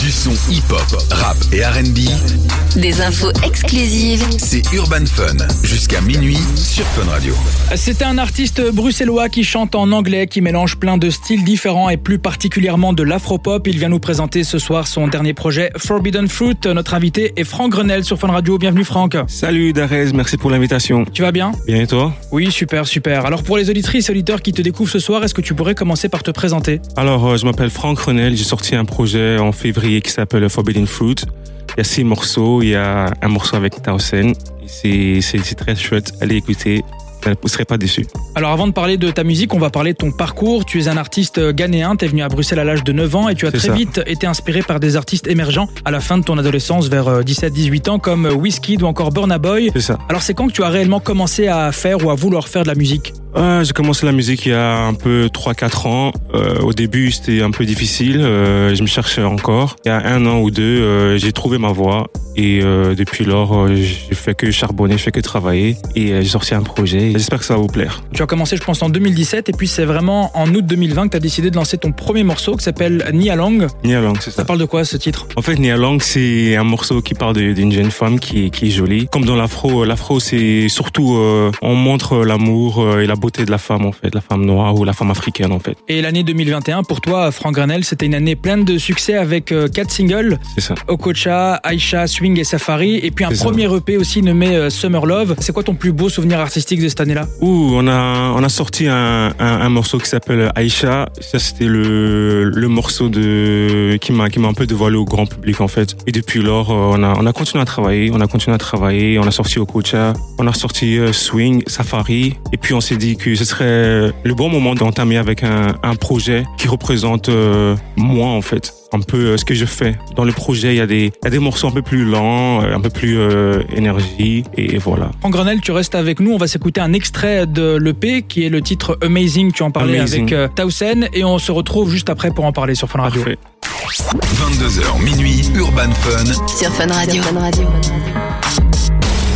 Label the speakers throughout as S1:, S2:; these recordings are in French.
S1: Du son hip-hop, rap et RB,
S2: Des infos exclusives.
S1: c'est Urban Fun. Jusqu'à minuit sur Fun Radio.
S3: C'est un artiste bruxellois qui chante en anglais, qui mélange plein de styles différents et plus particulièrement de l'afropop. Il vient nous présenter ce soir son dernier projet Forbidden Fruit. Notre invité est Franck Grenel sur Fun Radio. Bienvenue Franck.
S4: Salut Darez, merci pour l'invitation.
S3: Tu vas bien
S4: Bien et toi
S3: Oui, super, super. Alors pour les auditrices et auditeurs qui te découvrent ce soir, est-ce que tu pourrais commencer par te présenter
S4: Alors, euh, je m'appelle Franck Renel, j'ai sorti un projet en février qui s'appelle Forbidden Fruit. Il y a six morceaux, il y a un morceau avec Towson. C'est c'est- c'est très chouette, allez écouter, vous ne serez pas déçus.
S3: Alors avant de parler de ta musique, on va parler de ton parcours. Tu es un artiste ghanéen, t'es venu à Bruxelles à l'âge de 9 ans et tu as
S4: C'est
S3: très
S4: ça.
S3: vite été inspiré par des artistes émergents à la fin de ton adolescence vers 17-18 ans comme euh, Wizkid ou encore Burna Boy.
S4: C'est ça.
S3: Alors c'est quand que tu as réellement commencé à faire ou à vouloir faire de la musique
S4: Euh, j'ai commencé la musique il y a un peu 3-4 ans. Euh, au début, c'était un peu difficile, euh, je me cherchais encore. Il y a un an ou deux, euh, j'ai trouvé ma voix et euh, depuis lors, euh, j'ai fait que charbonner, je fais que travailler et euh, j'ai sorti un projet. J'espère que ça va vous plaire.
S3: Tu as commencé je pense en 2017 et puis c'est vraiment en août 2020 que tu as décidé de lancer ton premier morceau qui s'appelle Nia Long.
S4: Nia Long, c'est ça.
S3: Ça parle de quoi ce titre
S4: En fait, Nia Long, c'est un morceau qui parle de- d'une jeune femme qui, qui est jolie. Comme dans l'afro, euh, l'afro, c'est surtout, euh, on montre euh, l'amour euh, et la beauté de la femme, en fait, la femme noire ou la femme africaine, en fait.
S3: Et l'année 2021 pour toi Franck Granel c'était une année pleine de succès avec euh, quatre singles,
S4: C'est ça.
S3: Okocha, Aisha, Swing et Safari et puis un
S4: C'est ça.
S3: premier EP aussi nommé euh, Summer Love. C'est quoi ton plus beau souvenir artistique de cette année-là
S4: Ouh, on a, on a sorti un, un, un morceau qui s'appelle Aïcha. Ça, c'était le, le morceau de, qui m'a, qui m'a un peu dévoilé au grand public, en fait. Et depuis lors, euh, on a, on a continué à travailler, on a continué à travailler, on a sorti Okocha, on a sorti euh, Swing, Safari. Et puis, on s'est dit que ce serait le bon moment d'entamer avec un, un projet qui représente euh, moi, en fait. Un peu euh, ce que je fais. Dans le projet, il y a des, il y a des morceaux un peu plus lents, euh, un peu plus euh, énergie. Et, et voilà.
S3: Franck Grenel, tu restes avec nous. On va s'écouter un extrait de l'EP qui est le titre Amazing. Tu en parlais
S4: Amazing.
S3: avec euh, Towson et on se retrouve juste après pour en parler sur Fun Radio.
S4: Parfait.
S1: 22h minuit, Urban Fun.
S2: Sur Fun Radio.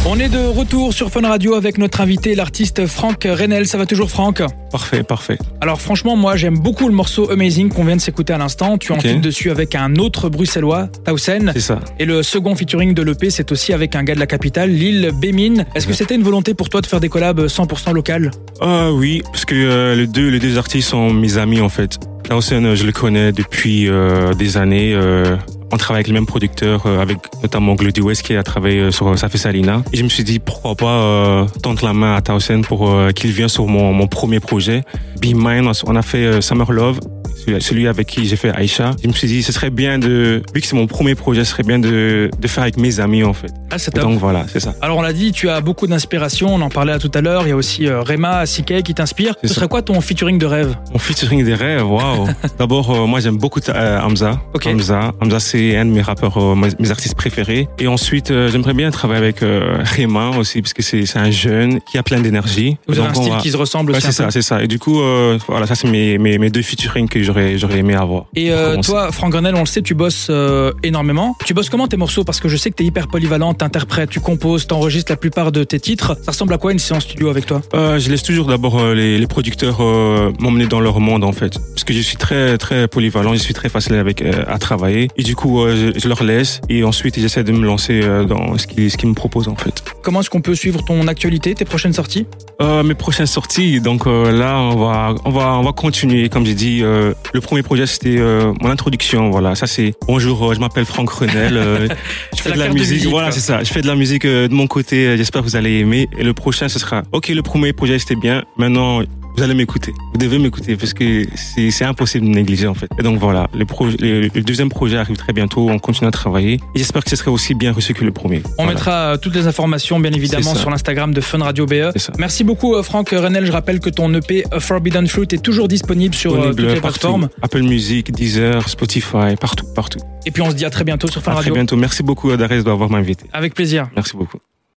S3: On est de retour sur Fun Radio avec notre invité, l'artiste Franck Renel. Ça va toujours, Franck
S4: Parfait, parfait.
S3: Alors, franchement, moi, j'aime beaucoup le morceau Amazing qu'on vient de s'écouter à l'instant. Tu en
S4: Ok.
S3: enfiles dessus avec un autre bruxellois, Tausen.
S4: C'est ça.
S3: Et le second featuring de l'EP, c'est aussi avec un gars de la capitale, Lille Bémine. Est-ce que c'était une volonté pour toi de faire des collabs 100% locales
S4: Ah oui, parce que euh, les deux les deux artistes sont mes amis en fait. Clausen, euh, je le connais depuis euh, des années. euh, on travaille avec le même producteur, euh, avec notamment Glody West qui a travaillé euh, sur euh, Safi Salina. Et je me suis dit pourquoi pas euh, tendre la main à Towson pour euh, qu'il vienne sur mon, mon premier projet. Be Mine, on s- on a fait euh, Summer Love, celui- celui avec qui j'ai fait Aïcha. Je me suis dit ce serait bien de, vu que c'est mon premier projet, ce serait bien de, de faire avec mes amis en fait.
S3: Ah, c'est top.
S4: Donc voilà, c'est ça.
S3: Alors on l'a dit, tu as beaucoup d'inspiration, on en parlait à tout à l'heure, il y a aussi euh, Rema, CK qui t'inspire. Ce
S4: C'est ça.
S3: serait quoi ton featuring de rêve
S4: Mon featuring des rêves, waouh. D'abord, euh, moi j'aime beaucoup euh, Hamza.
S3: Ok.
S4: Hamza, Hamza c'est un de mes rappeurs, euh, mes, mes artistes préférés. Et ensuite, euh, j'aimerais bien travailler avec euh, Rema aussi, parce que c'est c'est un jeune qui a plein d'énergie.
S3: Vous avez un
S4: Donc, on
S3: style
S4: va-
S3: qui se ressemble
S4: Ouais,
S3: aussi un
S4: c'est ça,
S3: peu.
S4: c'est ça. Et du coup, euh, voilà, ça c'est mes, mes, mes deux featuring que j'aurais j'aurais aimé avoir.
S3: Et euh,
S4: Pour commencer.
S3: toi, Franck Grenel, on le sait, tu bosses euh, énormément. Tu bosses comment tes morceaux Parce que je sais que t'es hyper polyvalent, t'interprètes, tu composes, t'enregistres la plupart de tes titres. Ça ressemble à quoi une séance studio avec toi
S4: Euh, je laisse toujours d'abord euh, les, les producteurs euh, m'emmener dans leur monde en fait, parce que je suis très très polyvalent, je suis très facile avec euh, à travailler et du coup euh, je, je leur laisse et ensuite j'essaie de me lancer euh, dans ce qu'ils ce qu'ils me proposent en fait.
S3: Comment est-ce qu'on peut suivre ton actualité, tes prochaines sorties
S4: Euh, mes prochaines sorties, donc euh, là on va on va on va continuer comme j'ai dit. euh, le premier projet c'était euh, mon introduction, voilà. Ça c'est bonjour, euh, je m'appelle Franck Renel. euh, je
S3: la
S4: fais de la
S3: carte de
S4: musique,
S3: visite,
S4: voilà
S3: quoi.
S4: c'est ça. Je fais de la musique euh, de mon côté. euh, J'espère que vous allez aimer. Et le prochain ce sera. Ok, le premier projet c'était bien. Maintenant vous allez m'écouter. Vous devez m'écouter parce que c'est c'est impossible de me négliger en fait. Et donc voilà, le, projet le, le deuxième projet arrive très bientôt. On continue à travailler. Et j'espère que ce sera aussi bien reçu que le premier.
S3: On
S4: Voilà.
S3: mettra euh, toutes les informations, bien évidemment,
S4: C'est ça.
S3: sur l'Instagram de Fun Radio BE.
S4: C'est ça.
S3: Merci beaucoup, euh, Franck Renel. Je rappelle que ton EP euh, Forbidden Fruit est toujours disponible sur euh, toutes
S4: Disponible
S3: les
S4: partout.
S3: plateformes.
S4: Apple Music, Deezer, Spotify, partout, partout.
S3: Et puis on se dit à très bientôt sur Fun
S4: À très
S3: Radio.
S4: bientôt. Merci beaucoup, Darès, d'avoir m'invité.
S3: Avec plaisir.
S4: Merci beaucoup.